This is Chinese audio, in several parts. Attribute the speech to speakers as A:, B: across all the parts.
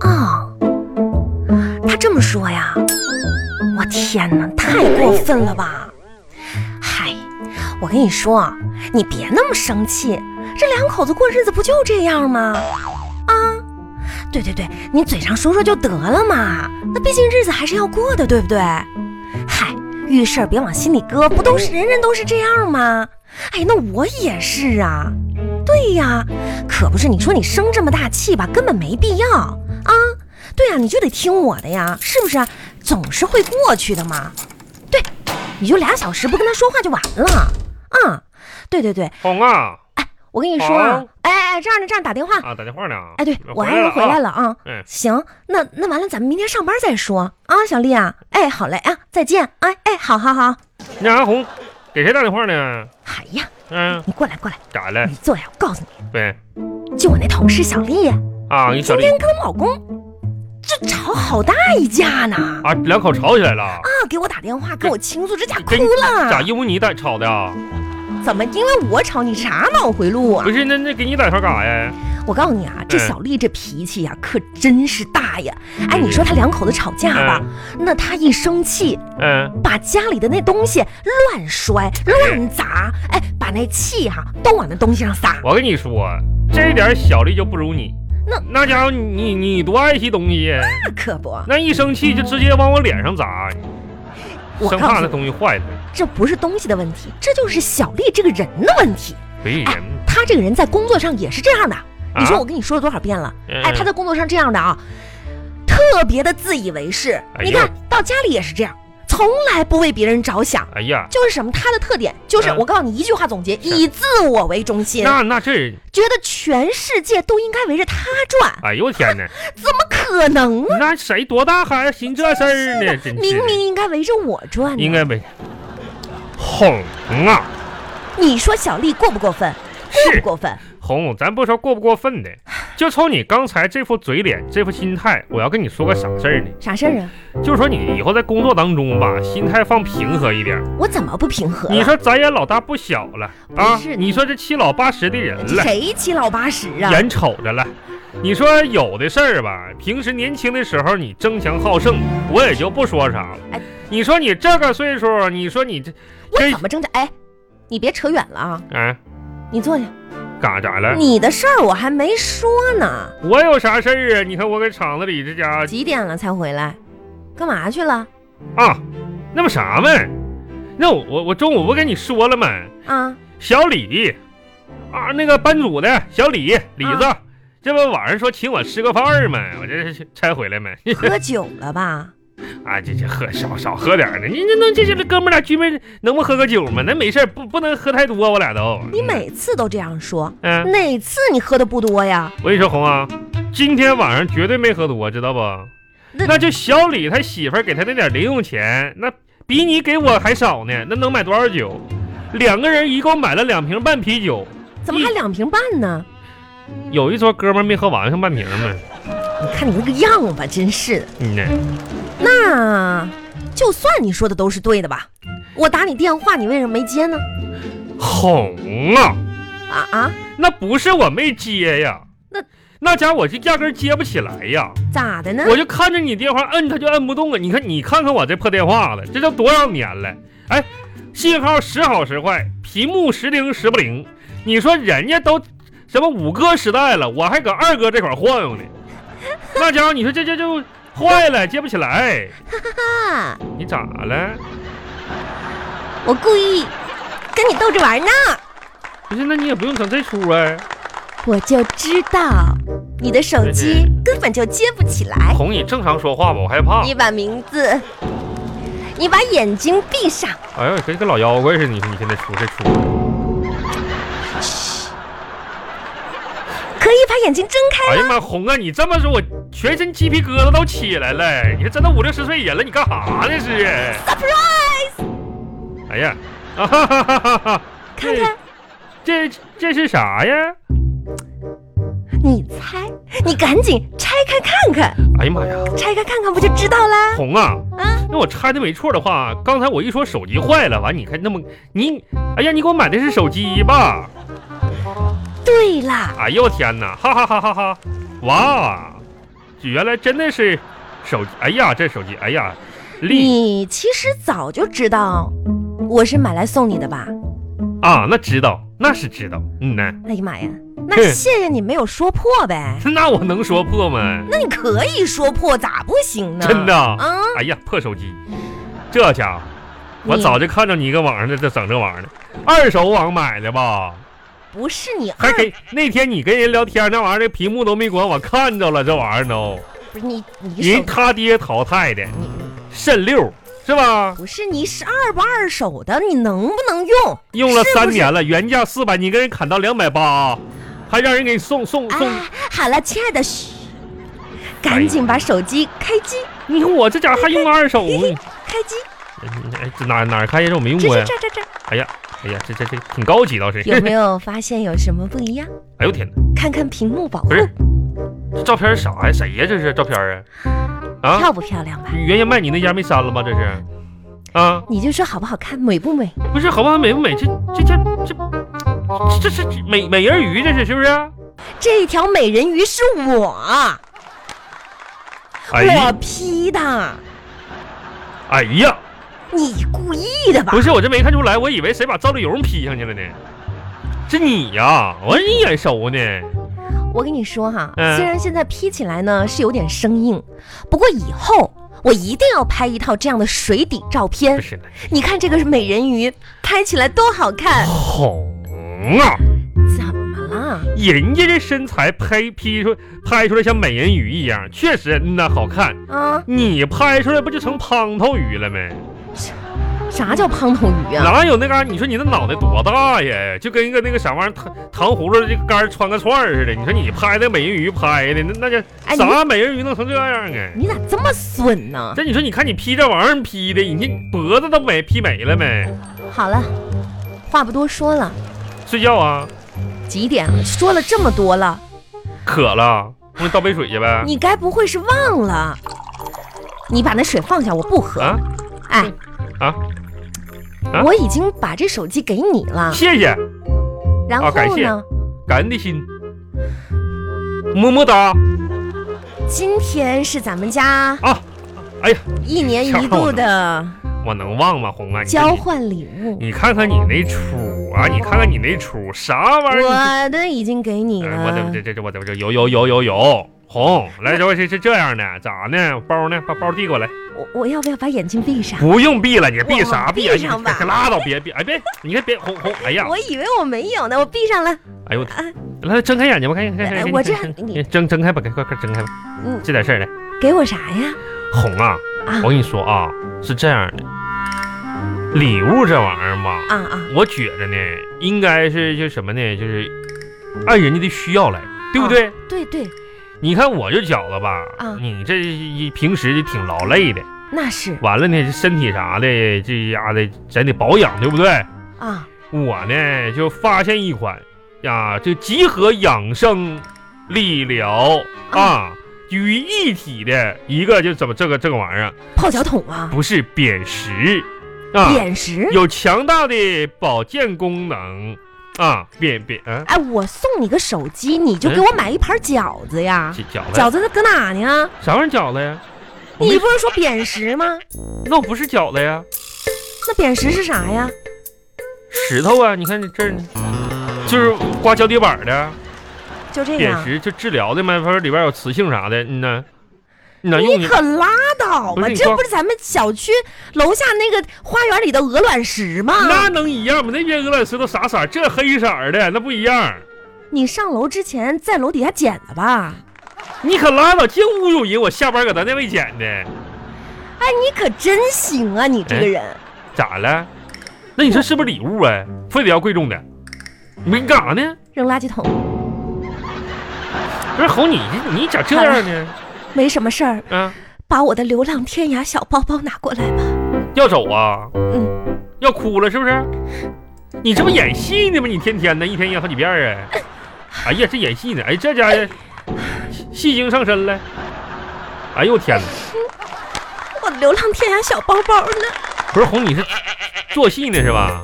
A: 哦他这么说呀？我天哪，太过分了吧！嗨，我跟你说，啊你别那么生气，这两口子过日子不就这样吗？啊，对对对，你嘴上说说就得了嘛，那毕竟日子还是要过的，对不对？嗨，遇事儿别往心里搁，不都是人人都是这样吗？哎，那我也是啊。对呀，可不是，你说你生这么大气吧，根本没必要啊。对呀，你就得听我的呀，是不是？啊总是会过去的嘛。对，你就俩小时不跟他说话就完了。嗯，对对对，
B: 红啊
A: 哎，我跟你说啊
B: 好，
A: 哎哎，这样的这样打电话。
B: 啊，打电话呢。
A: 哎，对我爱人
B: 了
A: 回
B: 啊
A: 来。了啊。
B: 嗯，
A: 行，那那完了，咱们明天上班再说啊，小丽啊。哎，好嘞啊，再见。哎哎，好好好。
B: 那阿红给谁打电话呢？
A: 哎呀，
B: 嗯，
A: 你过来过来，
B: 咋了
A: 你？坐下，我告诉你，
B: 喂，
A: 就我那同事小丽，
B: 啊，你小
A: 今
B: 丽
A: 天跟我老公这吵好大一架呢。啊，
B: 啊，两口吵起来了，
A: 给我打电话跟我倾诉，这家哭
B: 真咋
A: 了。
B: 因为你打吵的啊？
A: 怎么？因为我吵你啥脑回路啊
B: 不？是，那那给你打电话干啥呀？
A: 我告诉你啊，这
B: 嗯
A: 小丽这脾气呀、可真是大呀。哎，
B: 嗯
A: 你说她两口子吵架吧，那她一生气，
B: 嗯，
A: 把家里的那东西乱摔乱砸，哎，把那气哈、都往那东西上撒。
B: 我跟你说，这点小丽就不如你。
A: 那
B: 那家伙你，你你多爱惜东西，
A: 那可不，
B: 那一生气就直接往我脸上砸，
A: 我
B: 生
A: 告
B: 怕
A: 诉
B: 那
A: 你，
B: 东西坏了。
A: 这不是东西的问题，这就是小丽这个人的问题。
B: 别人，
A: 她这个人在工作上也是这样的。你说
B: 啊
A: 我跟你说了多少遍了？
B: 嗯
A: 哎，她在工作上这样的啊，特别的自以为是。
B: 哎呦
A: 你看到家里也是这样，从来不为别人着想。
B: 哎呀，
A: 就是什么？她的特点就是，
B: 嗯
A: 我告诉你一句话总结：以自我为中心，
B: 那那这人，
A: 觉得全世界都应该围着她转，
B: 哎呦我 天哪，
A: 怎么可能啊？
B: 那谁多大还寻这事儿呢？真是
A: 明
B: 的，
A: 明应该围着我转呢。
B: 应该没。哄啊，
A: 你说小丽过不过分？过不
B: 是
A: 过分？
B: 红，咱不说过不过分的，就瞅你刚才这副嘴脸，这副心态，我要跟你说个啥事儿呢？
A: 啥事儿啊？
B: 就是说你以后在工作当中吧，心态放平和一点。
A: 我怎么不平和
B: 嗯你
A: 了？
B: 说咱也老大不小了啊
A: 不是，
B: 你说这七老八十的人
A: 这
B: 了，
A: 谁七老八十啊？
B: 眼瞅着了。你说有的事儿吧，平时年轻的时候你争强好胜，我也就不说啥了
A: 哎。
B: 你说你这个岁数，你说你这
A: 我
B: 这
A: 怎么挣扎？哎，你别扯远了啊！
B: 啊，
A: 你坐下。
B: 干啥了？
A: 你的事儿我还没说呢，
B: 我有啥事儿啊？你看我搁厂子里这家
A: 几点了才回来？干嘛去了？
B: 啊，那不啥嘛？那我我我中午不跟你说了吗？
A: 啊，
B: 小李啊，那个班主的小李李子，这不晚上说请我吃个饭儿吗？我这是拆回来没？
A: 喝酒了吧？
B: 啊，这这喝少少喝点儿呢。你这能这这哥们儿俩聚面能不喝个酒吗？那没事儿，不不能喝太多，我俩都。
A: 你每次都这样说，
B: 嗯、
A: 哪次你喝的不多呀？
B: 我跟你说红啊，今天晚上绝对没喝多，知道不？
A: 那
B: 那就小李他媳妇儿给他那点零用钱，那比你给我还少呢，那能买多少酒？两个人一共买了两瓶半啤酒，
A: 怎么还两瓶半呢？
B: 有一桌哥们儿没喝完，剩半瓶儿嘛。
A: 你看你那个样吧，真是的。
B: 嗯呢，
A: 那就算你说的都是对的吧，我打你电话你为什么没接呢？
B: 红啊，
A: 啊啊，
B: 那不是我没接呀，
A: 那
B: 那家我就压根儿接不起来呀，
A: 咋的呢？
B: 我就看着你电话摁，它就摁不动啊。你看你看看我这破电话了，这都多少年了？哎，信号时好时坏，屏幕时灵时不灵。你说人家都什么五哥时代了，我还搁二哥这块儿晃悠呢，那家伙你说这这就坏了，接不起来。
A: 啊，
B: 你咋了？
A: 我故意跟你逗着玩呢。
B: 不是，那你也不用整这出啊。
A: 我就知道你的手机根本就接不起来。
B: 哄你正常说话吧，我害怕。
A: 你把名字，你把眼睛闭上。
B: 哎呦，跟个老妖怪似的，你说你现在出这出。
A: 可以把眼睛睁开。
B: 哎呀妈，红啊！你这么说，我全身鸡皮疙瘩都起来了。你这真的五六十岁人了，你干啥呢？是？
A: Surprise！
B: 哎呀， 啊哈哈哈哈哈！
A: 看看，
B: 这这是啥呀？
A: 你猜，你赶紧拆开看看，
B: 哎呀妈呀，
A: 拆开看看不就知道啦？
B: 红啊！
A: 啊，
B: 那我猜的没错的话，刚才我一说手机坏了，完你看那么你，哎呀，你给我买的是手机吧？
A: 对啦，
B: 哎呦我天哪！哈哈哈哈哈！哇，原来真的是手机，哎呀，这手机，哎呀，力
A: 你其实早就知道我是买来送你的吧？
B: 啊，那知道，那是知道，嗯呐，
A: 哎呀妈呀，那谢谢你没有说破呗。
B: 那我能说破吗？
A: 那你可以说破，咋不行呢？
B: 真的
A: 啊，
B: 哎呀，破手机，这家伙，我
A: 你
B: 早就看着你搁网上这这整这玩意儿呢，二手网买的吧？
A: 不是你
B: 还
A: 二，
B: 给那天你跟人聊天那玩意儿，那屏幕都没关，我看着了这玩意儿都，
A: 不是你你手
B: 人他爹淘汰的
A: 你
B: 肾六是吧？
A: 不是你是二不二手的，你能不能用？
B: 用了
A: 是不
B: 三
A: 是
B: 年了，原价四百，你给人砍到两百八，还让人给你送送送，
A: 啊，好了，亲爱的，嘘，赶紧把手机开机，
B: 你看我这家伙还用二手呢？
A: 开机，
B: 哎，这哪哪儿开呀？这我没用
A: 这
B: 过
A: 是
B: 呀。
A: 这这这，
B: 哎呀，哎呀，这这这挺高级倒 是。
A: 有没有发现有什么不一样？
B: 哎呦天哪！
A: 看看屏幕保护
B: 不是，这照片是啥呀？哎谁呀？这是照片啊？啊，
A: 漂不漂亮吧？
B: 原先卖你那家没删了吗？这是？啊，
A: 你就说好不好看，美不美？
B: 不是，好不好？美不美？这这这这这这是美美人鱼？这是是不是？
A: 这条美人鱼是我，我
B: 哎
A: 批的，
B: 哎呀，
A: 你故意的吧
B: 不？是，我这没看出来，我以为谁把赵丽蓉 P 上去了呢？是你呀、我说你眼熟呢。
A: 我跟你说哈，
B: 嗯
A: 虽然现在 P 起来呢是有点生硬，不过以后我一定要拍一套这样的水底照
B: 不
A: 片。
B: 是呢，
A: 你看这个美人鱼拍起来多好看！
B: 红啊！
A: 怎么了？
B: 人家这身材拍 P 出拍出来像美人鱼一样，确实嗯呐好看。
A: 啊，
B: 你拍出来不就成胖头鱼了没？
A: 啥叫胖头鱼啊？
B: 哪有那嘎、你说你那脑袋多大呀？就跟一个那个啥玩意儿糖糖葫芦这个杆儿穿个串儿似的。你说你拍那美人鱼拍的，那那叫
A: 哎你
B: 啥美人鱼能成这样啊？
A: 你咋这么损呢？
B: 这你说你看你 P 这玩意儿 P 的，你这脖子都没 P 没了没？
A: 好了，话不多说了，
B: 睡觉啊，
A: 几点了？说了这么多了，
B: 渴了，给你倒杯水去呗。
A: 你该不会是忘了？你把那水放下，我不喝。
B: 啊，
A: 哎，
B: 啊啊
A: 我已经把这手机给你了，
B: 谢谢，
A: 然后
B: 哦感谢
A: 呢？
B: 感恩的心，么么哒
A: 今天是咱们家
B: 啊！哎呀，
A: 一年一度的
B: 我能忘吗？红啊，你
A: 交换礼物，
B: 你看看你那出啊，你看看你那出啥玩意儿？
A: 我的已经给你
B: 哎，我怎么
A: 了
B: 这。这这我怎么这有有有有有红来这位是是这样的，咋呢？包呢？把包递过来，
A: 我我要不要把眼睛闭 上？
B: 不用闭了，你闭啥
A: 我
B: 闭啊？
A: 闭上
B: 你
A: 吧
B: 可拉倒，别别，哎别，你看别红红，哎呀，
A: 我以为我没有呢，我闭上 了。
B: 哎呦我
A: 啊
B: 天，来睁开眼睛吧，看看看
A: 哎
B: 看，
A: 我
B: 看
A: 这
B: 看看睁睁开吧，快快快睁开吧，
A: 嗯，
B: 这点事儿来，
A: 给我啥呀？
B: 红啊
A: 啊，
B: 我跟你说啊，是这样的，礼物这玩意儿吧，
A: 啊啊，
B: 我觉着呢，应该是就什么呢，就是按人家的需要来，对不
A: 啊
B: 对？
A: 对对，
B: 你看我这饺子吧，
A: 啊
B: 你这一平时就挺劳累的，
A: 那是
B: 完了呢，这身体啥的，这丫的咱得保养，对不对？
A: 啊，
B: 我呢就发现一款呀，这集合养生、理疗啊于一体的一个，就怎么这个这个玩意儿，
A: 泡脚桶啊，
B: 不是砭石啊，
A: 眼石。
B: 有强大的保健功能啊，砭砭啊，
A: 哎，我送你个手机，你就给我买一盘饺子呀。
B: 这饺子
A: 饺子搁哪呢？
B: 啥玩意儿饺子呀？我
A: 你
B: 没
A: 不是说扁食吗？
B: 那我不是饺子呀。
A: 那扁食是啥呀？
B: 石头啊，你看这儿，就是刮脚底板的
A: 就这
B: 砭
A: 样。
B: 石，就治疗的嘛，它里边有磁性啥的，嗯呐，你哪用
A: 你
B: 你
A: 可拉倒
B: 不
A: 吧，
B: 是你
A: 这
B: 说
A: 不是咱们小区楼下那个花园里的鹅卵石吗？
B: 那能一样吗？那边鹅卵石都啥色儿？这黑色儿的那不一样。
A: 你上楼之前在楼底下捡的吧？
B: 你可拉倒，净侮辱人！我下班搁咱那位捡的，
A: 哎，你可真行啊，你这个人。
B: 咋了？那你说是不是礼物啊？非得要贵重的？没干啥呢？
A: 扔垃圾桶
B: 不是哄你，你你咋这样呢？
A: 没什么事儿，
B: 啊，
A: 把我的流浪天涯小包包拿过来吧。
B: 要走啊？
A: 嗯，
B: 要哭了是不是？你这不演戏呢吗？你天天的，一天演好几遍儿啊！哎呀，这演戏呢，哎，这家伙戏戏精上身了。哎呦我天哪！
A: 我的流浪天涯小包包呢？
B: 不是哄你是做戏呢是吧？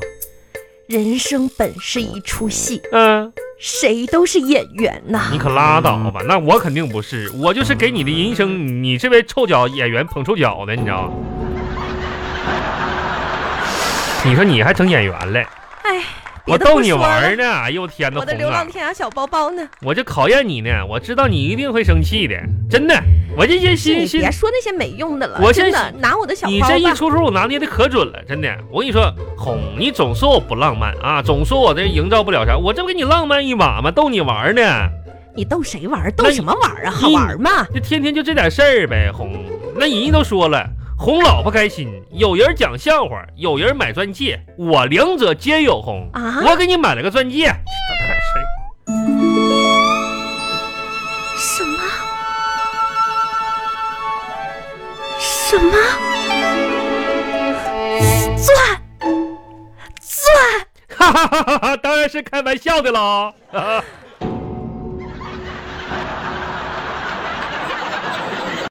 A: 人生本是一出戏，
B: 嗯，
A: 谁都是演员呐、
B: 你可拉倒吧，那我肯定不是，我就是给你的人生，你这位臭脚演员捧臭脚的，你知道吗？你说你还成演员了？
A: 哎，别
B: 我
A: 的不
B: 逗你
A: 说
B: 玩儿
A: 了，
B: 呢！哎呦天哪，
A: 我的
B: 红
A: 流
B: 啊
A: 浪天涯小包包呢？
B: 我就考验你呢，我知道你一定会生气的，真的。我这些
A: 你
B: 心心
A: 别，说那些没用的了，
B: 我
A: 真
B: 真
A: 的拿我的小
B: 你
A: 包
B: 这一
A: 吧。
B: 出出我拿捏的可准了，真的。我跟你说，哄你总说我不浪漫啊，总说我这营造不了啥，我这不给你浪漫一把吗？逗你玩儿呢，
A: 你逗谁玩儿？逗
B: 那
A: 什
B: 你
A: 么玩儿啊？好
B: 你
A: 玩儿吗？
B: 就天天就这点事儿呗，哄。那人家都说了，哄老婆开心，有人讲笑话，有人买钻戒，我两者皆有哄。
A: 啊
B: 我给你买了个钻戒，
A: 什么？什么？钻钻！
B: 哈哈哈哈哈，当然是开玩笑的喽。